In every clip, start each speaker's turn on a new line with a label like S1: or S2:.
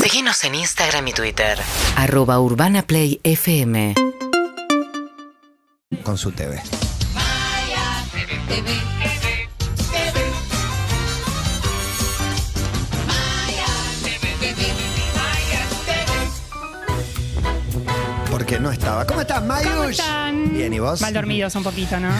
S1: Seguinos en Instagram y Twitter.
S2: Arroba Urbana Play FM.
S3: con su TV. Porque no estaba. ¿Cómo estás, Mayush?
S4: ¿Cómo están?
S3: Bien, ¿y vos?
S4: Mal dormidos un poquito, ¿no?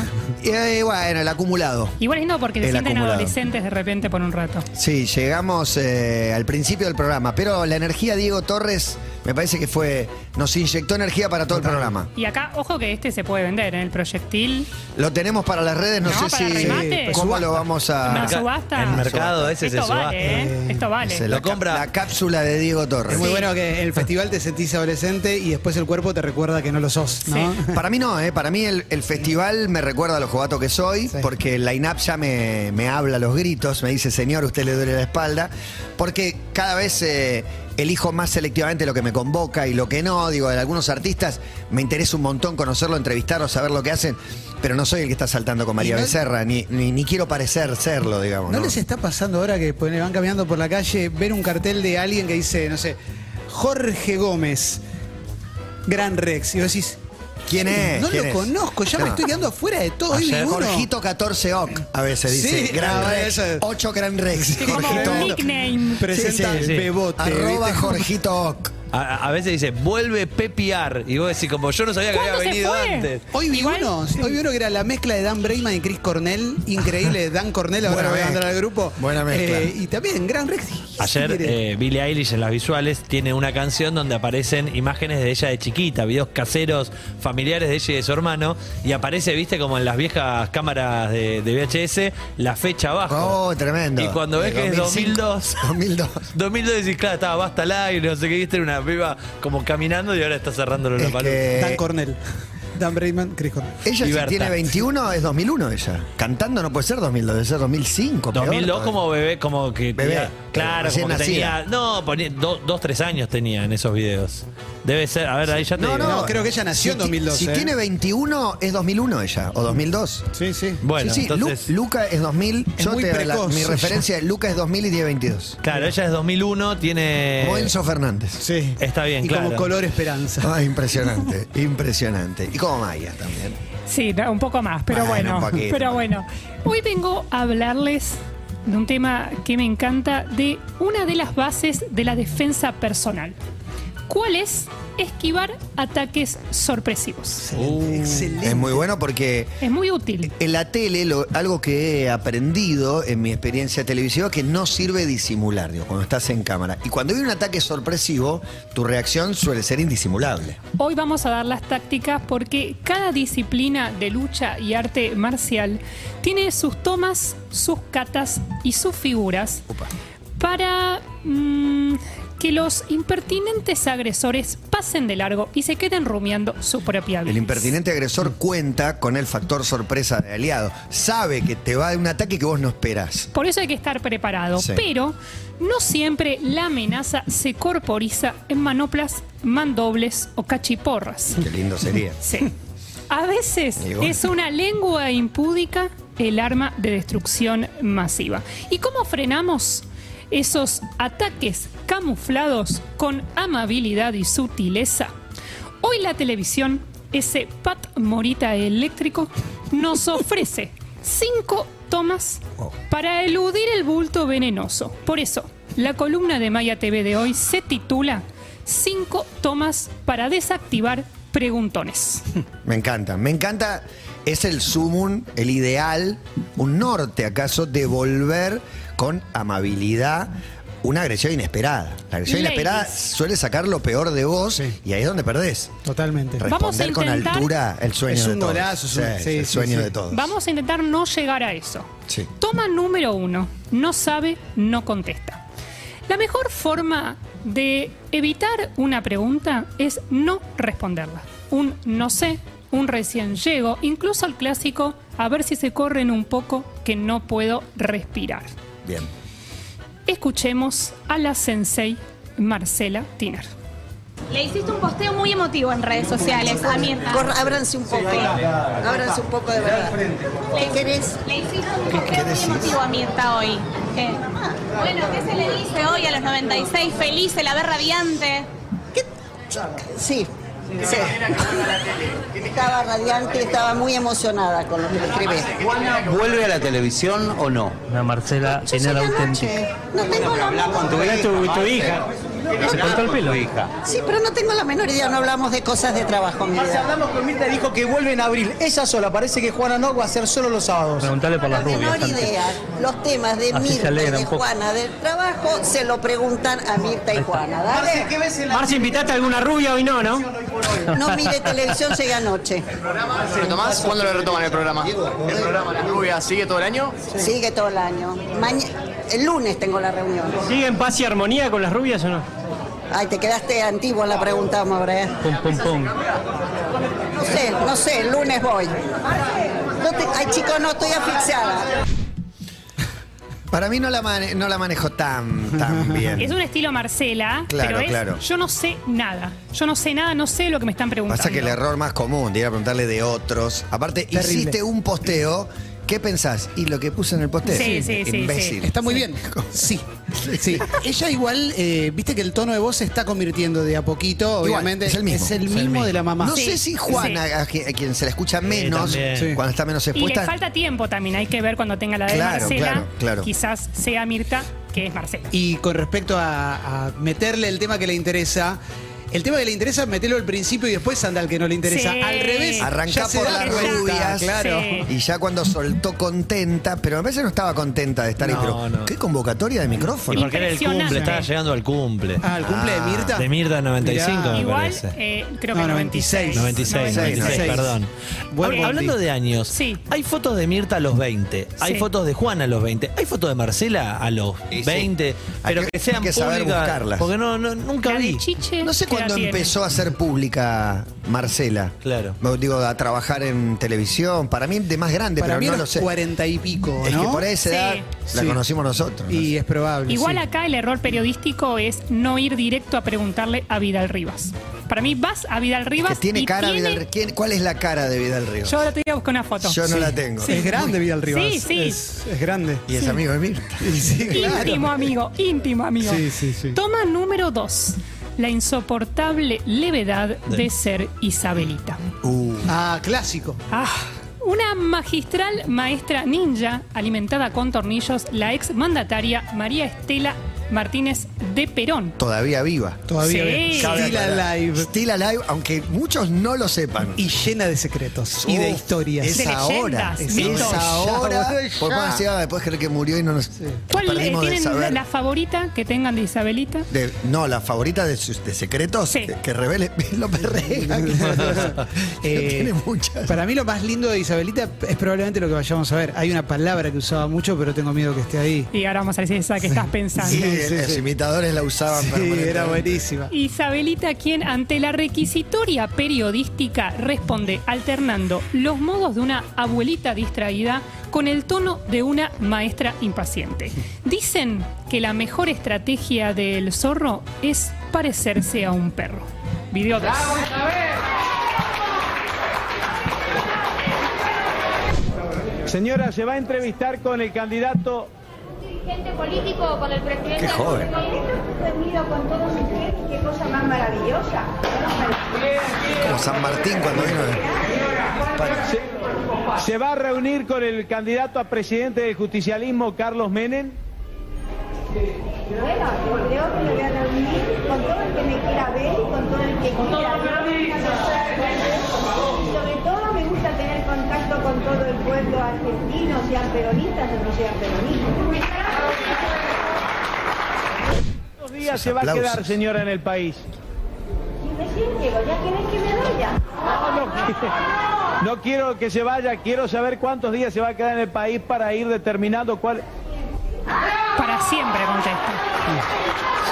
S3: Y, eh, bueno, el acumulado.
S4: Igual es no, porque se
S3: El
S4: sienten
S3: acumulado.
S4: adolescentes de repente por un rato.
S3: Sí, llegamos eh, al principio del programa, pero la energía Diego Torres me parece que fue. Nos inyectó energía para todo el programa.
S4: Y acá, ojo que este se puede vender en el proyectil.
S3: Lo tenemos para las redes, no,
S4: No,
S3: sé
S4: para
S3: si.
S4: remate.
S3: ¿Cómo lo vamos a.?
S4: Una subasta.
S5: El mercado ese se
S4: Esto
S5: suba.
S4: vale, ¿eh? Esto
S3: Es
S4: vale.
S3: la
S5: Lo
S3: ca-
S5: compra-
S3: La cápsula de Diego Torres.
S6: Es muy bueno que en el festival te sentís adolescente y después el cuerpo te recuerda que no lo sos, ¿no?
S4: Sí.
S3: Para mí no, ¿eh? para mí el, el festival me recuerda a lo jovato que soy, porque el line-up ya me, me habla a los gritos, me dice, señor, usted le duele la espalda, porque cada vez eh, elijo más selectivamente lo que me convoca y lo que no. Digo, de algunos artistas me interesa un montón conocerlo, entrevistarlo, saber lo que hacen, pero no soy el que está saltando con María
S6: no-
S3: Becerra, ni, ni, ni quiero parecer serlo, digamos.
S6: ¿No
S3: ¿no?
S6: les está pasando ahora que pone- van caminando por la calle, ver un cartel de alguien que dice, no sé, Jorge Gómez, Gran Rex? Y vos decís,
S3: ¿Quién es?
S6: No
S3: ¿Quién
S6: lo
S3: es?
S6: conozco, ya me
S3: No.
S6: estoy quedando afuera de todo. hoy
S3: Ayer,
S6: ninguno.
S3: Jorgito 14 OC, a veces dice.
S6: Sí,
S3: Gran
S6: ah,
S3: Rex.
S6: eso.
S3: 8 Gran Rex.
S4: Que como un nickname.
S6: presenta
S3: Sí, sí, sí.
S6: Bebote.
S3: Arroba
S6: ¿viste?
S3: Jorgito Oc.
S5: A, a veces dice, vuelve Pepiar. Y vos decís, como yo no sabía que había
S4: ¿Cuándo se
S5: venido
S4: fue?
S5: antes.
S6: Hoy vi,
S4: Igual-
S6: uno, hoy vi uno que era la mezcla de Dan Breyman y Chris Cornell. Increíble, Dan Cornell, ahora
S3: Buena
S6: lo voy a
S3: mezcla.
S6: mandar al grupo.
S3: Buena mezcla.
S6: Eh, y también Gran Rex.
S5: Ayer
S6: ¿quién era?
S5: eh, Billie Eilish en las visuales tiene una canción donde aparecen imágenes de ella de chiquita, videos caseros, familiares de ella y de su hermano, y aparece, viste, como en las viejas cámaras de, de VHS, la fecha abajo.
S3: Oh, tremendo.
S5: Y cuando ves
S3: El
S5: que es
S3: 2005,
S5: 2002,
S3: 2002.
S5: 2002 decís, claro, estaba basta live, no sé qué, viste, era una piba como caminando y ahora está cerrando
S3: Es
S5: la palabra.
S3: eh,
S6: Dan Cornell. Dan Breyman, Chris Cornell.
S3: Ella si
S5: Libertad.
S3: tiene 21, es 2001 ella. Cantando no puede ser 2002, debe ser 2005. peor
S5: 2002
S3: todavía.
S5: como bebé, como que
S3: Bebé,
S5: tenía- claro,
S3: recién
S5: como que
S3: nacida.
S5: tenía, no, ponía do- dos, tres años tenía en esos videos. Debe ser, a ver, ahí ya te
S3: No,
S5: digo.
S3: no,
S6: No, creo que ella
S3: si
S6: nació en
S3: ti-
S6: 2002,
S3: Si
S6: eh.
S3: tiene 21, es 2001 ella, o 2002.
S6: Sí, sí.
S5: Bueno,
S3: sí, sí, Lu-
S5: entonces,
S3: Luca es 2000.
S6: Es
S3: yo
S6: muy
S3: te- la-
S6: precoz
S3: mi
S6: ella.
S3: referencia es Luca es 2000 y tiene 22.
S5: claro, ella es 2001, tiene
S3: o Enzo Fernández.
S6: Sí.
S5: Está bien,
S6: y
S5: claro.
S6: como color esperanza.
S3: Ah, impresionante, impresionante. Y como Maya también.
S4: Sí, da- un poco más, pero
S3: Bueno,
S4: bueno.
S3: un poquito.
S4: pero bueno. Hoy vengo a hablarles de un tema que me encanta, de una de las bases de la defensa personal. ¿Cuál es? Esquivar ataques
S3: Ah,
S4: sorpresivos.
S3: uh. Es muy bueno porque
S4: Es muy útil.
S3: En la tele, lo- algo que he aprendido en mi experiencia televisiva, que no sirve disimular, digo, cuando estás en cámara. Y cuando hay un ataque sorpresivo, tu reacción suele ser indisimulable.
S4: Hoy vamos a dar las tácticas porque cada disciplina de lucha y arte marcial tiene sus tomas, sus catas y sus figuras para mm, que los impertinentes agresores pasen de largo y se queden rumiando su propia vida.
S3: El impertinente agresor cuenta con el factor sorpresa de aliado. Sabe que te va de un ataque que vos no esperás.
S4: Por eso hay que estar preparado.
S3: Sí.
S4: Pero no siempre la amenaza se corporiza en manoplas, mandobles o cachiporras.
S3: Qué lindo sería.
S4: Sí. A veces
S3: Y bueno.
S4: es una lengua impúdica el arma de destrucción masiva. ¿Y cómo frenamos esos ataques camuflados con amabilidad y sutileza? Hoy la televisión, ese pat morita eléctrico, nos ofrece cinco tomas para eludir el bulto venenoso. Por eso, la columna de Maya TV de hoy se titula Cinco tomas para desactivar preguntones.
S3: Me encanta, me encanta. Es el sumum, el ideal, un norte acaso, de volver con amabilidad una agresión inesperada. La agresión
S4: Ladies.
S3: inesperada suele sacar lo peor de vos y ahí es donde perdés.
S6: Totalmente.
S3: Responder
S4: Vamos a
S3: con
S4: intentar-
S3: altura el sueño
S6: Es un
S3: de todos.
S6: golazo, es
S3: Sí,
S6: un-
S3: es
S6: sí,
S3: el
S6: sí,
S3: sueño
S6: sí.
S3: de todos.
S4: Vamos a intentar no llegar a eso.
S3: Sí.
S4: Toma número uno. No sabe, no contesta. La mejor forma de evitar una pregunta es no responderla. Un no sé, un recién llego, incluso al clásico, a ver si se corren un poco que no puedo respirar.
S3: Bien.
S4: Escuchemos a la sensei Marcela Tiner.
S7: Le hiciste un posteo muy emotivo en redes sociales a Mirta.
S8: Cor- ábranse un poco, ábranse un poco de verdad.
S7: Le,
S8: ¿Qué querés?
S7: le hiciste un posteo muy emotivo a Mirta hoy. que, bueno, ¿qué se le dice hoy a los 96? Feliz, el haber radiante.
S8: Sí. sí. Estaba radiante, estaba muy emocionada con lo que me escribí.
S9: ¿Vuelve a la televisión o no?
S10: Una Marcela
S8: Yo soy
S10: en el
S8: la
S10: auténtico.
S8: noche, No tengo la menor-
S9: Tuviste tu, hija.
S10: Se cortó el pelo.
S9: hija.
S8: Sí, pero no tengo la menor idea, no hablamos de cosas de trabajo, mi
S11: Marce,
S8: vida.
S11: hablamos con Mirta y dijo que vuelve en abril. Ella sola, parece que Juana no va a hacer solo los sábados.
S10: Preguntale por
S8: La
S10: las
S8: menor
S10: rubias. antes.
S8: idea. Los temas de
S10: Así se
S8: Mirta y
S10: alegra
S8: de
S10: un poco.
S8: Juana del trabajo se lo preguntan a Mirta y Juana.
S11: Marce,
S8: Dale,
S11: ¿qué ves en la
S10: Marce, ¿invitaste a alguna rubia hoy no, no?
S8: no mire televisión, llegué anoche.
S9: ¿Retomás? ¿Cuándo lo retoman el programa? ¿El programa La Rubia sigue todo el año?
S8: Sigue todo el año. Maña- el lunes tengo la reunión.
S10: ¿Sigue en paz y armonía con las rubias o no?
S8: Ay, te quedaste antiguo en la pregunta, Mabre.
S10: Pum, pum, pum.
S8: No sé, no sé, el lunes voy. No te- ay, chicos, no estoy asfixiada.
S3: Para mí no la, mane- no la manejo tan, tan bien.
S4: Es un estilo Marcela,
S3: Claro,
S4: pero es
S3: claro.
S4: yo no sé nada. Yo no sé nada, no sé lo que me están preguntando.
S3: Pasa que el error más común de ir a preguntarle de otros. Aparte,
S6: Terrible.
S3: hiciste un posteo. ¿Qué pensás? Y lo que puse en el posteo.
S4: Sí, sí, sí,
S3: Imbécil.
S6: Está muy bien. Sí. sí. Ella igual, eh, viste que el tono de voz se está convirtiendo de a poquito,
S3: Igual,
S6: obviamente.
S3: es el mismo. Es el
S6: mismo de la mamá.
S3: No
S4: Sí,
S3: sé si Juana, a, qui- a quien se la escucha menos,
S5: también.
S3: cuando está menos
S4: Y
S3: expuesta.
S4: le falta tiempo también, hay que ver cuando tenga la edad
S3: Claro,
S4: de Marcela.
S3: claro, claro.
S4: Quizás sea Mirta, que es Marcela.
S6: Y con respecto a, a meterle el tema que le interesa, el tema que le interesa, metelo al principio y después anda al que no le interesa.
S4: Sí.
S6: Al revés,
S3: Arrancá
S6: ya se
S3: por
S6: da
S3: las
S6: cuenta,
S3: rubias.
S6: Claro.
S4: Sí.
S3: Y ya cuando soltó contenta, pero a veces no estaba contenta de estar ahí,
S5: No,
S3: pero
S5: no.
S3: qué convocatoria de micrófono.
S5: Y porque era el cumple,
S4: Impresionante.
S5: estaba llegando al cumple.
S6: Ah, el cumple de Mirta.
S5: De Mirta 95
S6: Mirá.
S5: me
S4: Igual,
S5: Ah, parece.
S4: eh, creo que
S6: No,
S4: 96.
S5: 96, 96,
S6: 96.
S5: perdón.
S6: Buen
S5: Hab-
S6: Monti.
S5: Hablando de años,
S4: Sí.
S5: hay fotos de Mirta a los 20, hay
S4: Sí.
S5: fotos de Juan a los 20, hay fotos de Marcela a los
S9: Y sí.
S5: 20, pero
S3: Hay que-
S5: que sean
S3: hay que saber
S5: públicas,
S3: buscarlas.
S5: porque no, no-
S4: La
S5: nunca
S4: de
S5: vi.
S4: Chiche,
S3: No sé
S4: que la
S3: cuándo
S4: tiene.
S3: empezó a ser pública Marcela.
S5: Claro.
S3: No, Digo, a trabajar en televisión. Para mí de más grande,
S6: Para
S3: pero
S6: mí
S3: no
S6: a
S3: lo
S6: los
S3: sé.
S6: cuarenta y pico, ¿no?
S3: Es que por esa
S4: Sí.
S3: edad la
S6: Sí.
S3: conocimos nosotros.
S6: Y es probable.
S4: Igual
S6: sí.
S4: acá el error periodístico es no ir directo a preguntarle a Vidal Rivas. Para mí vas a Vidal
S3: Que
S4: Rivas
S3: tiene
S4: y
S3: cara
S4: tiene-
S3: Vidal Río. ¿Quién- ¿Cuál es la cara de Vidal Río?
S4: Yo ahora te voy a buscar una foto.
S3: Yo no la tengo.
S6: Es grande Vidal Rivas.
S4: Sí, sí.
S6: Es, es grande.
S3: Y es amigo de Mirta.
S6: Sí, claro.
S4: Íntimo amigo, íntimo amigo.
S6: Sí, sí, sí.
S4: Toma número dos. La insoportable levedad de ser Isabelita.
S3: Uh,
S6: Ah, clásico.
S4: Ah, una magistral maestra ninja alimentada con tornillos, la ex mandataria María Estela Martínez de Perón.
S3: todavía viva.
S6: Todavía.
S4: Sí.
S6: bien.
S4: Cabe
S6: Still alive.
S3: Still alive, aunque muchos no lo sepan.
S6: Y llena de secretos y de
S3: Uf,
S6: historias.
S3: Es
S4: De
S3: ahora.
S4: leyendas,
S3: Es
S4: mitos.
S3: ahora. Por más que sea, después creer que murió y no nos
S4: ¿Cuál eh,
S3: perdimos de
S4: tienen la,
S3: saber.
S4: la favorita que tengan de Isabelita?
S3: De- no, la favorita de, sus- de secretos
S4: Sí.
S3: que, que revele López Rega.
S6: Eh,
S3: tiene muchas.
S6: Para mí lo más lindo de Isabelita es probablemente lo que vayamos a ver. Hay una palabra que usaba mucho, pero tengo miedo que esté ahí.
S4: Y ahora vamos a decir esa que estás pensando.
S3: Sí, los imitadores la usaban
S6: Sí,
S3: permanentemente.
S6: era buenísima.
S4: Isabelita, quien ante la requisitoria periodística responde alternando los modos de una abuelita distraída con el tono de una maestra impaciente. Dicen que la mejor estrategia del zorro es parecerse a un perro. Video dos.
S10: Señora, se va a entrevistar con el candidato.
S7: Gente político con el presidente.
S3: Qué joven.
S7: con todos ustedes, qué cosa más maravillosa.
S3: Como San Martín cuando vino. de-
S10: Se va a reunir con el candidato a presidente del justicialismo, Carlos Menem.
S7: Bueno, yo creo que me voy a reunir con todo el que me quiera ver y con todo el que quiera. Y sobre todo me gusta tener contacto con todo el pueblo argentino, sean peronistas o no sean peronistas.
S10: Dos días
S3: eh, Sus
S10: se va a
S3: aplausos.
S10: quedar, señora, en el país.
S7: Y recién llego, ¿ya querés que me vaya?
S10: No, no, no quiero que se vaya, quiero saber cuántos días se va a quedar en el país para ir determinando cuál.
S4: Para siempre contesta.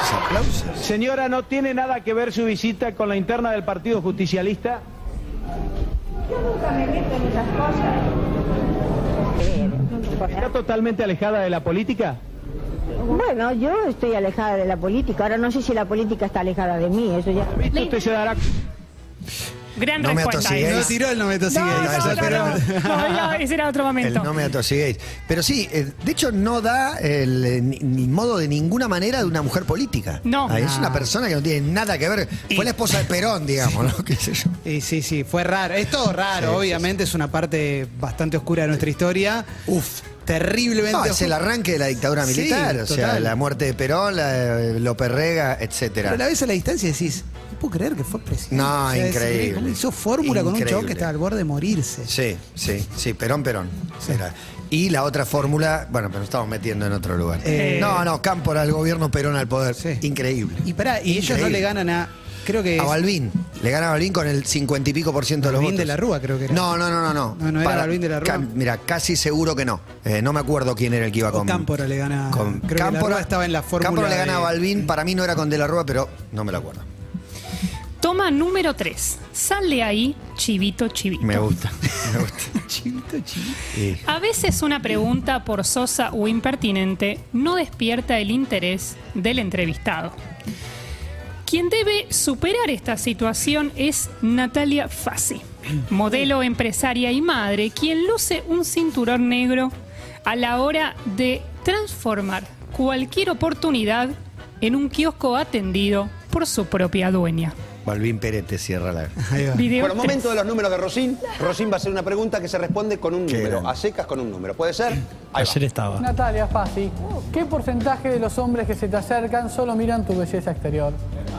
S3: Sus aplausos.
S10: Señora, ¿no tiene nada que ver su visita con la interna del Partido Justicialista?
S7: Yo nunca me meto en esas
S10: ¿Está
S7: cosas.
S10: totalmente alejada de la política?
S7: Bueno, yo estoy alejada de la política. Ahora no sé si la política está alejada de mí, eso ya.
S10: ¿Viste? Usted se dará
S4: Gran
S3: No me
S4: respuesta.
S3: atosigues.
S4: esa.
S6: No tiró el no me
S4: No,
S6: tosigue.
S4: no,
S3: Ahí
S4: no,
S3: está,
S4: no,
S3: pero-
S4: todavía ese era otro
S3: El
S4: momento.
S3: no me atosiguéis. Pero sí, eh, de hecho no da el eh, ni, ni modo de ninguna manera de una mujer política.
S4: No.
S3: Ah, Es
S6: No.
S3: una persona que no tiene nada que ver. Fue la esposa de Perón, digamos, ¿no? ¿Qué sé yo?
S6: Y sí, sí, fue raro. Es todo raro,
S3: Sí, sí,
S6: obviamente, es una parte bastante oscura de nuestra historia. Uf, terriblemente.
S3: No, es el
S6: oscura.
S3: arranque de la dictadura
S6: Sí,
S3: militar, o sea,
S6: total.
S3: la muerte de Perón, la de López Rega, etcétera.
S6: Pero a la vez a la distancia decís, no puedo creer que fue presidente.
S3: No,
S6: O sea, es-
S3: increíble.
S6: ¿Cómo hizo fórmula con un chabón
S3: Increíble.
S6: que estaba al borde de morirse?
S3: Sí, sí, sí, Perón, Perón. Era. Y la otra fórmula, bueno, pero nos estamos metiendo en otro lugar.
S6: Eh.
S3: no, no, Cámpora al gobierno, Perón al poder.
S6: Sí.
S3: Increíble.
S6: Y pará, y ellos no
S3: Increíble.
S6: le ganan a. Creo que.
S3: A
S6: es-
S3: Balvin. Le gana a Balvin con el 50 y pico por ciento de los
S6: Balvin
S3: votos.
S6: de la Rúa, creo que era.
S3: No, no, no, no. No,
S6: No, no era Balvin de la Rúa.
S3: ca- mira, casi seguro que no. Eh, no me acuerdo quién era el que iba
S6: O
S3: con.
S6: Cámpora le gana- creo que de la Rúa estaba en la fórmula
S3: Cámpora le gana a
S6: de-
S3: Balvin. Para mí no era con De la Rúa, pero no me lo acuerdo.
S4: Toma número 3. Sale ahí, chivito, chivito.
S3: Me gusta. Me gusta.
S6: Chivito, chivito.
S3: Y-
S4: A veces una pregunta forzosa o impertinente no despierta el interés del entrevistado. Quien debe superar esta situación es Natalia Fassi, modelo, empresaria y madre, quien luce un cinturón negro a la hora de transformar cualquier oportunidad en un kiosco atendido por su propia dueña.
S3: Balvin Pérez te cierra la.
S6: Ahí va.
S4: Video
S12: Bueno,
S4: tres.
S12: momento de los números de Rosín. Rosín va a hacer una pregunta que se responde con un
S3: Qué
S12: número,
S3: grande.
S12: a secas con un número. ¿Puede ser? Ahí va.
S5: Ayer estaba.
S13: Natalia Fassi, ¿qué porcentaje de los hombres que se te acercan solo miran tu belleza exterior?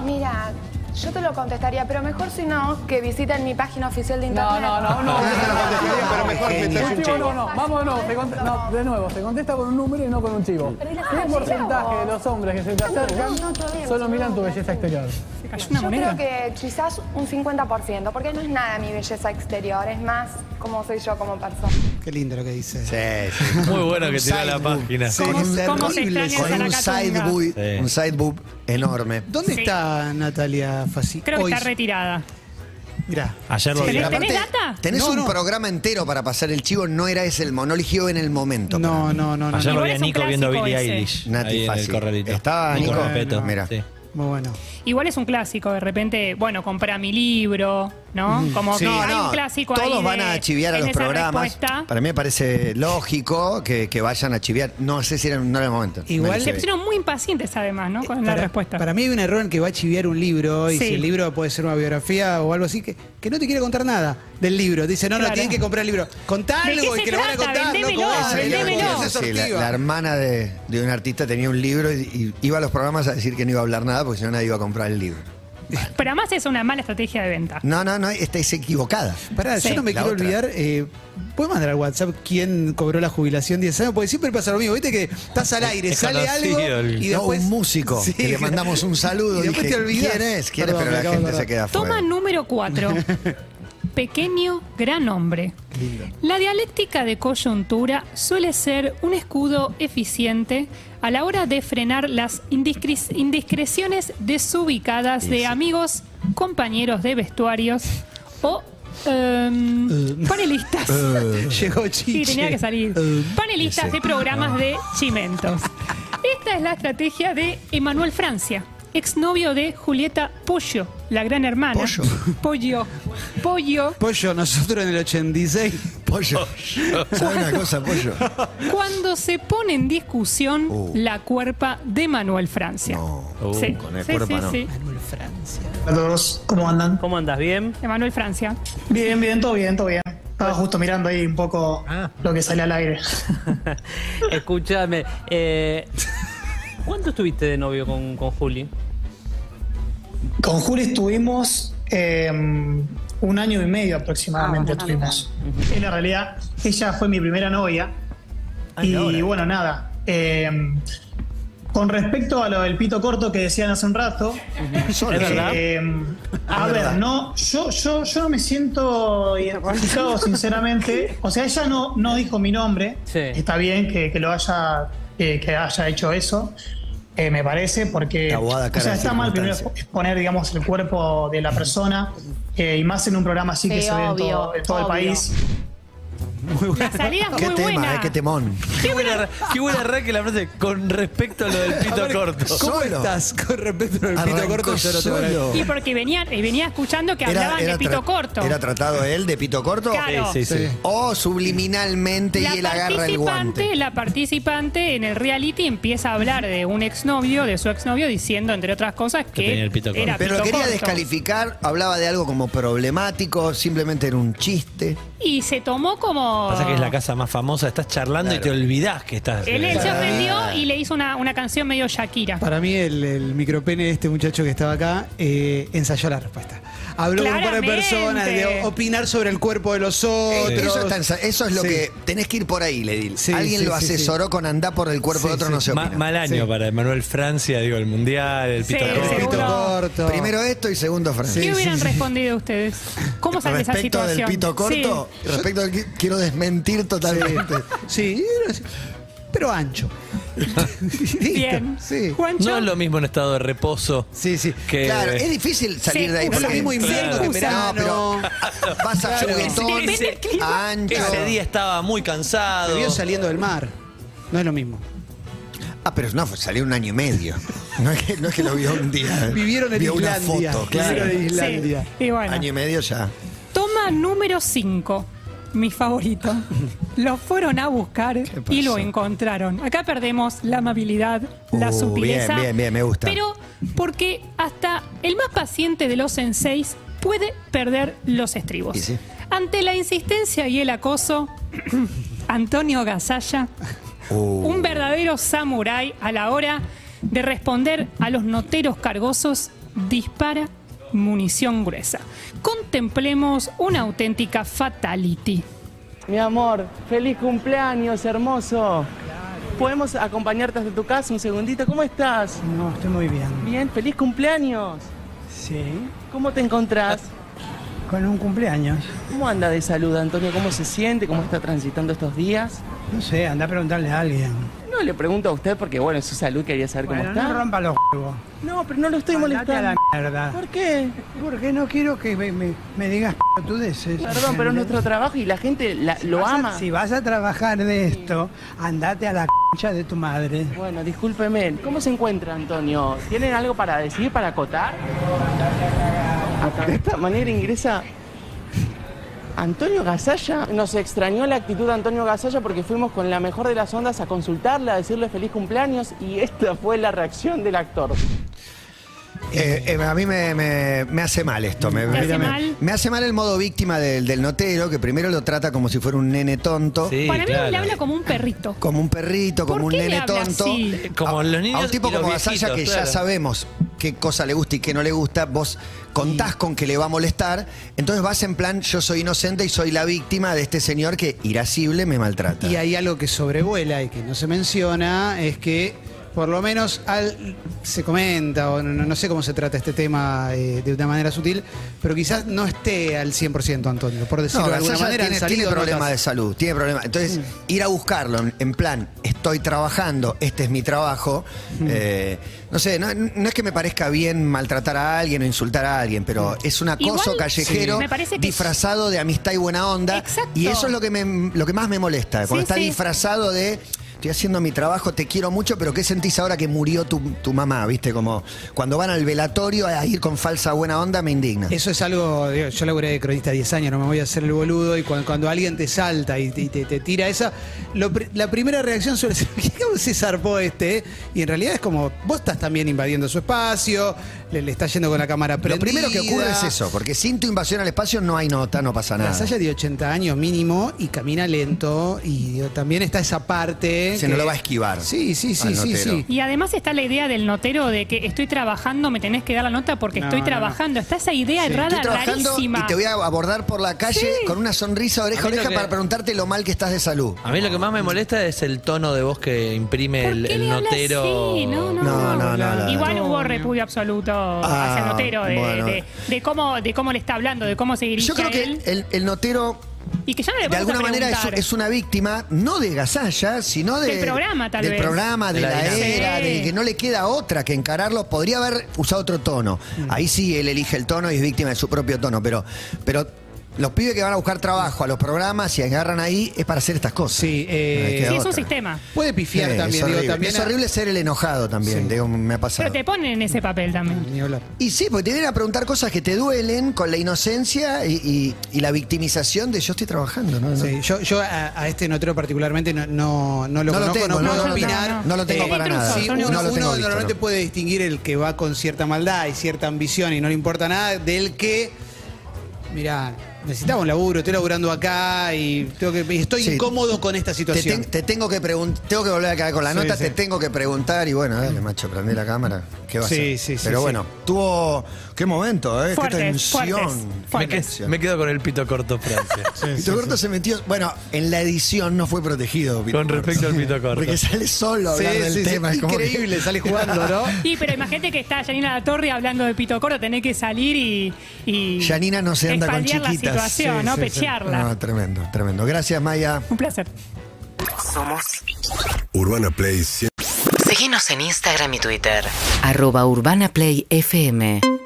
S14: Mira, yo te lo contestaría, pero mejor si no, que visiten mi página oficial de
S13: No,
S14: internet.
S13: no, no, no.
S12: Yo te lo contestaría, pero mejor
S13: Genio.
S12: meterse un
S13: No,
S12: chivo.
S13: no, no. Vamos, no, se cont- no, de nuevo, se contesta con un número y no con un chivo. ¿Qué porcentaje de los hombres que se te acercan
S14: No, no, todavía,
S13: solo
S14: no,
S13: miran tu
S14: no,
S13: belleza exterior?
S4: Se cayó una
S14: Yo
S4: moneda.
S14: creo que quizás un 50%, porque no es nada mi belleza exterior, es más cómo soy yo como persona.
S6: Qué lindo lo que dice.
S3: Sí, sí.
S5: Muy bueno que tirá la página.
S6: Sí,
S4: ¿Cómo-
S6: es
S4: cómo se
S6: terrible.
S4: extraña
S3: Con
S4: esa
S3: un
S4: Zaracatunga.
S3: side, boob,
S5: Sí.
S3: un side boob enorme.
S6: ¿Dónde
S4: Sí.
S6: está Natalia Fassi?
S4: Creo que
S6: Hoy-
S4: está retirada.
S6: Mirá.
S5: Ayer lo
S4: Sí,
S5: vi.
S4: ¿Tenés data?
S3: Tenés
S6: No,
S3: un
S6: no.
S3: programa entero para pasar el chivo, no era ese el monologio en el momento.
S6: No, no, no, no.
S5: Ayer lo
S6: no.
S4: Igual
S5: vi a
S4: es un
S5: Nico viendo a
S4: clásico
S5: Billie
S4: ese.
S5: Eilish.
S3: Nati
S5: ahí en el
S3: Fácil.
S5: corralito.
S3: ¿Estaba, Nico?
S5: Respeto.
S3: Mira.
S5: Sí.
S6: Muy bueno.
S4: Igual es un clásico, de repente, bueno, compra mi libro, ¿no? Como
S3: Sí.
S4: no,
S3: No,
S4: hay un
S3: no,
S4: clásico ahí
S3: Todos van
S4: de-
S3: a chiviar a
S4: en
S3: los
S4: esa
S3: programas.
S4: respuesta.
S3: Para mí me parece lógico que, que vayan a chiviar. No sé si era, no era el momento.
S6: Igual-
S3: Me
S4: Se
S3: parece bien.
S4: pusieron muy impacientes además,
S3: Eh,
S4: ¿no? Con la
S6: Para-
S4: respuesta.
S6: Para mí hay un error en que va a chiviar un libro y
S4: Sí.
S6: si el libro puede ser una biografía o algo así, que, que no te quiere contar nada del libro. Te Dice, no, no,
S4: Claro.
S6: tienen que comprar el libro. Contá
S4: ¿De
S6: algo
S4: qué
S6: y
S4: se
S6: que lo van a
S4: trata?
S6: contar,
S4: Vendémelo,
S6: loco.
S3: Esa era la
S4: vendémelo.
S3: cuestión. Sí, la,
S6: sortiva.
S3: la hermana de, de un artista tenía un libro y, y iba a los programas a decir que no iba a hablar nada porque si no nadie iba a comprar el libro.
S4: Pero además es una mala estrategia de venta.
S3: No, no, no, esta es equivocada.
S6: Pará,
S4: Sí.
S6: yo no me
S3: La
S6: quiero
S3: otra.
S6: olvidar. Eh, ¿Puedes mandar al WhatsApp quién cobró la jubilación 10 años? Porque siempre pasa lo mismo. Viste que estás al aire,
S5: Es
S6: sale
S5: conocido
S6: algo
S5: el-
S6: y
S3: No,
S6: después.
S3: un músico
S6: Sí,
S3: que le mandamos un saludo.
S6: Y después
S3: dije,
S6: te olvidás.
S3: ¿Quién es? ¿Quién es?
S6: Perdón,
S3: Pero
S6: me
S3: la
S6: acabo de
S3: gente se
S6: acordar.
S3: queda fuera.
S4: Toma número 4. Pequeño, gran hombre. La dialéctica de coyuntura suele ser un escudo eficiente a la hora de frenar las indiscre- indiscreciones desubicadas de amigos, compañeros de vestuarios o em, panelistas.
S6: Llegó Chiche.
S4: Sí, tenía que salir.
S6: Eh,
S4: Panelistas
S3: ese.
S4: de programas de Chimentos. Esta es la estrategia de Emanuel Francia, exnovio de Julieta Pollo, la gran hermana.
S3: Pollo.
S4: Pollo. Pollo.
S6: Pollo, nosotros en el 86.
S3: Pollo. ¿Sabes una cosa, pollo?
S4: Cuando se pone en discusión
S3: Uh.
S4: la cuerpa de Manuel Francia.
S3: No.
S5: Uh,
S4: Sí,
S3: con el
S4: sí,
S3: cuerpa
S4: sí,
S3: no.
S4: sí.
S15: Saludos, ¿cómo andan?
S16: ¿Cómo andas? ¿Bien?
S4: Emanuel Francia.
S15: Bien, bien, todo bien, todo bien. Estaba justo mirando ahí un poco
S16: Ah.
S15: lo que sale al aire.
S16: Escúchame. eh, ¿Cuánto estuviste de novio con, con Juli?
S15: Con Juli estuvimos eh, un año y medio aproximadamente. estuvimos. En la realidad, ella fue mi primera novia.
S16: Ay,
S15: Y
S16: Ah, ahora.
S15: bueno, nada. eh, con respecto a lo del pito corto que decían hace un rato,
S3: Solo.
S16: Es verdad.
S15: Eh, a
S3: Es
S15: ver,
S3: verdad.
S15: no, yo, yo, yo no me siento identificado, sinceramente. O sea, ella no, no dijo mi nombre.
S16: Sí.
S15: Está bien que, que lo haya, que, que haya hecho eso. eh, me parece, porque
S3: Aguada cara
S15: o sea,
S3: de
S15: está mal primero
S3: circunstancia.
S15: exponer, digamos, el cuerpo de la persona, eh, y más en un programa así
S14: Sí,
S15: que se ve en
S14: obvio,
S15: todo, en todo el
S14: obvio.
S15: país.
S5: Muy buena.
S4: salida es
S3: Qué
S4: muy
S3: tema,
S4: buena.
S3: eh, qué temón.
S5: Qué buena, qué buena arranque la frase con respecto a lo del pito
S6: Aparte,
S5: corto.
S6: ¿Cómo
S3: Solo.
S6: estás con respecto al pito
S3: Ah. Arrancó
S6: corto? Yo no te voy a-
S3: solo.
S4: Y porque venía, eh, venía escuchando que hablaban de pito
S3: tra-
S4: corto.
S3: ¿Era tratado él de pito corto?
S4: Claro.
S5: Sí, sí, sí.
S3: O subliminalmente y él agarra el guante.
S4: la participante en el reality empieza a hablar de un exnovio, de su exnovio, diciendo, entre otras cosas, que,
S5: tenía el pito corto.
S4: era
S3: Pero
S4: pito
S3: quería
S4: corto.
S3: descalificar, hablaba de algo como problemático, simplemente era un chiste.
S4: Y se tomó como...
S5: Pasa que es la casa más famosa, estás charlando y te olvidás que estás.
S4: Él, él se
S5: Eh,
S4: ofendió y le hizo una, una canción medio Shakira.
S6: Para mí, el, el micropene de este muchacho que estaba acá eh, ensayó la respuesta. Habló con un par de
S4: Claramente.
S6: personas de opinar sobre el cuerpo de los otros.
S3: Eh, Eso, está en- eso es lo
S6: Sí.
S3: que tenés que ir por ahí, Ledil.
S6: Sí,
S3: Alguien
S6: sí,
S3: lo
S6: sí, sí.
S3: asesoró con andá por el cuerpo
S6: Sí,
S3: de otro,
S6: sí.
S3: no se
S5: ma-
S3: opina.
S5: mal año
S6: Sí.
S5: para Emanuel Francia, digo, el mundial, el pito
S4: Sí,
S5: corto.
S6: El pito
S4: Eh, seguro.
S6: corto.
S3: Primero esto y segundo Francia.
S4: ¿Qué hubieran respondido ustedes? ¿Cómo sale esa
S3: Respecto
S4: situación?
S3: del pito corto, respecto del qui- quiero desmentir totalmente.
S6: Sí, pero ancho. Listo.
S4: Sí. Bien.
S6: Sí.
S4: Juancho,
S5: No es lo mismo en estado de reposo.
S6: Sí, sí.
S5: Que,
S3: Claro, es difícil salir
S4: Sí,
S3: de ahí.
S4: es lo
S3: porque-
S6: mismo invierno
S5: que
S6: verano.
S3: No, pero vas a
S6: Claro.
S3: juguetón,
S4: Depende del clima.
S3: ancho.
S5: Ese día estaba muy
S6: Me
S5: cansado.
S6: vio saliendo del mar. No es lo mismo.
S3: Ah, pero no, fue- salió un año y medio. No es que, no es que lo vio un día.
S6: Vivieron en
S3: vio
S6: Islandia.
S3: una foto,
S6: Vivieron
S3: claro.
S6: en Islandia.
S4: Sí. Y bueno.
S3: Año y medio ya.
S4: Toma número 5, mi favorito. Lo fueron a buscar
S3: pasó?
S4: y lo encontraron. Acá perdemos la amabilidad, la
S3: Uh,
S4: sutileza.
S3: bien, bien, bien, me gusta.
S4: Pero porque hasta el más paciente de los senseis puede perder los estribos.
S3: Y sí.
S4: Ante la insistencia y el acoso, Antonio Gasalla,
S3: Uh.
S4: un verdadero samurái a la hora de responder a los noteros cargosos, dispara munición gruesa. Contemplemos una auténtica fatality.
S17: Mi amor, feliz cumpleaños, hermoso. ¿Podemos acompañarte hasta tu casa un segundito? ¿Cómo estás?
S11: No, estoy muy bien.
S17: Bien, feliz cumpleaños.
S11: Sí,
S17: ¿Cómo te encontrás?
S11: con un cumpleaños.
S17: ¿Cómo anda de salud, Antonio? ¿Cómo se siente? ¿Cómo está transitando estos días?
S11: No sé, anda a preguntarle a alguien.
S17: No le pregunto a usted porque, bueno, es su salud quería saber
S11: Bueno,
S17: cómo está.
S11: no rompa los huevos.
S17: No, pero no lo estoy
S11: Andate a la
S17: molestando.
S11: mierda.
S17: ¿Por qué?
S11: Porque no quiero que me, me- me digas pelotudeces.
S17: Perdón, pero es nuestro trabajo y la gente la- lo
S11: Vas a-
S17: ama.
S11: si vas a trabajar de esto, andate a la concha de tu madre.
S17: Bueno, discúlpeme. ¿Cómo se encuentra, Antonio? ¿Tienen algo para decir, para acotar? Acá, De esta manera ingresa Antonio Gasalla. Nos extrañó la actitud de Antonio Gasalla porque fuimos con la mejor de las ondas a consultarla, a decirle feliz cumpleaños y esta fue la reacción del actor.
S3: Eh, eh, a mí me, me- me hace mal esto. Me,
S4: ¿Te hace
S3: me-
S4: mal?
S3: me hace mal el modo víctima del, del notero, que primero lo trata como si fuera un nene tonto.
S5: Sí,
S4: Para mí
S5: claro.
S4: le habla como un perrito.
S3: Como un perrito,
S4: ¿Por
S3: como un
S4: qué
S3: nene
S4: le habla
S3: tonto.
S4: así?
S5: Eh, Como
S3: a,
S5: los
S3: a
S5: niños
S3: un tipo
S5: y los
S3: como Gasalla que
S5: viejitos,
S3: ya
S5: claro.
S3: sabemos qué cosa le gusta y qué no le gusta, vos contás con que le va a molestar, entonces vas en plan, yo soy inocente y soy la víctima de este señor que irascible me maltrata.
S6: Y hay algo que sobrevuela y que no se menciona, es que por lo menos al- se comenta, o no, no sé cómo se trata este tema eh, de una manera sutil, pero quizás no esté al 100% Antonio, por
S3: No,
S6: decirlo de alguna
S3: Gasalla
S6: manera. han
S3: tiene,
S6: salido
S3: tiene problemas de
S6: notas.
S3: salud, tiene problemas.
S4: Mm.
S3: Entonces, ir a buscarlo en, en plan, estoy trabajando, este es mi trabajo.
S4: Mm.
S3: eh, no sé, no, no es que me parezca bien maltratar a alguien o insultar a alguien, pero es un acoso
S4: Mm. Igual,
S3: callejero
S4: sí. me parece que-
S3: disfrazado de amistad y buena onda.
S4: Exacto.
S3: Y eso es lo que, me- lo que más me molesta, cuando
S4: Sí,
S3: está
S4: sí.
S3: disfrazado de... Estoy haciendo mi trabajo, te quiero mucho, pero ¿qué sentís ahora que murió tu, tu mamá? ¿Viste? Como cuando van al velatorio a ir con falsa buena onda, me indigna.
S6: Eso es algo, digo, yo laburé de cronista 10 años, no me voy a hacer el boludo, y cuando, cuando alguien te salta y te, y te- te tira esa, lo pri- la primera reacción suele ser, ¿qué cómo se zarpó este? eh?". Y en realidad es como, vos estás también invadiendo su espacio, le, le estás yendo con la cámara prendida.
S3: Lo primero que ocurre es eso, porque sin tu invasión al espacio no hay nota, no pasa nada.
S6: La Saya de 80 años mínimo y camina lento y digo, también está esa parte.
S3: Se
S6: que-
S3: no lo va a esquivar.
S6: Sí, sí, sí,
S3: al
S6: sí,
S3: notero.
S6: sí.
S4: Y además está la idea del notero de que estoy trabajando, me tenés que dar la nota porque
S6: No,
S4: estoy
S6: no,
S4: trabajando. Está esa idea
S3: Estoy
S4: errada,
S3: trabajando
S4: rarísima.
S3: y te voy a abordar por la calle con una sonrisa oreja a
S5: A mí lo
S3: oreja
S5: que-
S3: para preguntarte lo mal que estás de salud.
S5: A mí lo que más me molesta es el tono de voz que imprime
S4: ¿Por
S5: el,
S4: qué
S5: el
S4: le habla
S5: notero.
S4: así? No,
S3: No,
S4: no, no.
S3: no, no, no, Ah,
S4: Igual
S6: no.
S4: hubo repudio absoluto hacia el notero de,
S3: bueno.
S4: de- de cómo, de cómo le está hablando, de cómo se dirige
S3: Yo creo
S4: a
S3: que
S4: él.
S3: el, el notero,
S4: y que ya no le
S3: de
S4: vamos
S3: alguna
S4: a
S3: manera, es,
S4: preguntar.
S3: es una víctima, no de Gasalla, sino de-
S4: Del programa, tal
S3: del
S4: vez.
S3: programa, de
S5: De la
S3: la,
S5: dinámica.
S3: era,
S4: Sí.
S3: de que no le queda otra que encararlo. Podría
S6: Mm.
S3: haber usado otro tono. Ahí sí él elige el tono y es víctima de su propio tono, pero. pero Los pibes que van a buscar trabajo a los programas y agarran ahí es para hacer estas cosas.
S6: Sí, eh,
S4: Sí, es un sistema.
S6: Puede pifiar también, digo, también.
S3: Es horrible ser el enojado también, digo, me ha pasado.
S4: Pero te ponen en ese papel también.
S3: Y sí, porque te vienen a preguntar cosas que te duelen con la inocencia y, y- y la victimización de yo estoy trabajando. ¿no?
S6: Sí, yo, yo a, a este notero particularmente no, no, no lo
S3: No lo
S6: conozco,
S3: tengo,
S6: no,
S3: no,
S6: puedo
S3: no, no,
S6: opinar.
S3: no, no lo tengo para nada.
S6: sí,
S3: No
S6: uno,
S3: lo tengo
S6: uno
S3: visto,
S6: normalmente
S3: no.
S6: puede distinguir el que va con cierta maldad y cierta ambición y no le importa nada del que, mirá, necesitaba un laburo, estoy laburando acá y, tengo que, y estoy
S3: Sí.
S6: incómodo con esta
S3: Te,
S6: situación.
S3: ten- te tengo que preguntar, tengo que volver a quedar con la
S6: Sí,
S3: nota,
S6: sí. Mm.
S3: te tengo que preguntar y bueno, dale, macho, prendí la cámara. ¿Qué va a
S6: Sí,
S3: hacer?
S6: sí, sí,
S3: Pero
S6: sí.
S3: bueno, tuvo qué momento, ¿eh?
S4: Fuertes,
S3: qué tensión.
S4: fuertes,
S3: Qué
S5: Me, que-
S3: tensión.
S5: me quedo con el pito corto, Francia.
S3: Pito Corto se metió. Bueno, en la edición no fue protegido. Pito
S5: Con
S3: Corto.
S5: respecto al pito corto.
S3: Porque sale solo a hablar
S6: Sí,
S3: del
S6: sí, sí,
S3: tema. es como que-
S6: increíble, sale jugando, ¿no?
S4: Y pero imagínate que está Janina La Torre hablando de Pito Corto, tenés que salir y. y
S3: Yanina no se anda con
S4: espaldear
S3: chiquitas.
S4: la situación,
S3: Sí,
S4: ¿no?
S3: sí, sí.
S4: Pechearla.
S3: No, tremendo, tremendo. Gracias, Maya.
S4: Un placer.
S1: Somos.
S18: Urbana Play 100.
S1: Síguenos en Instagram y Twitter.
S2: arroba urbanaplayfm.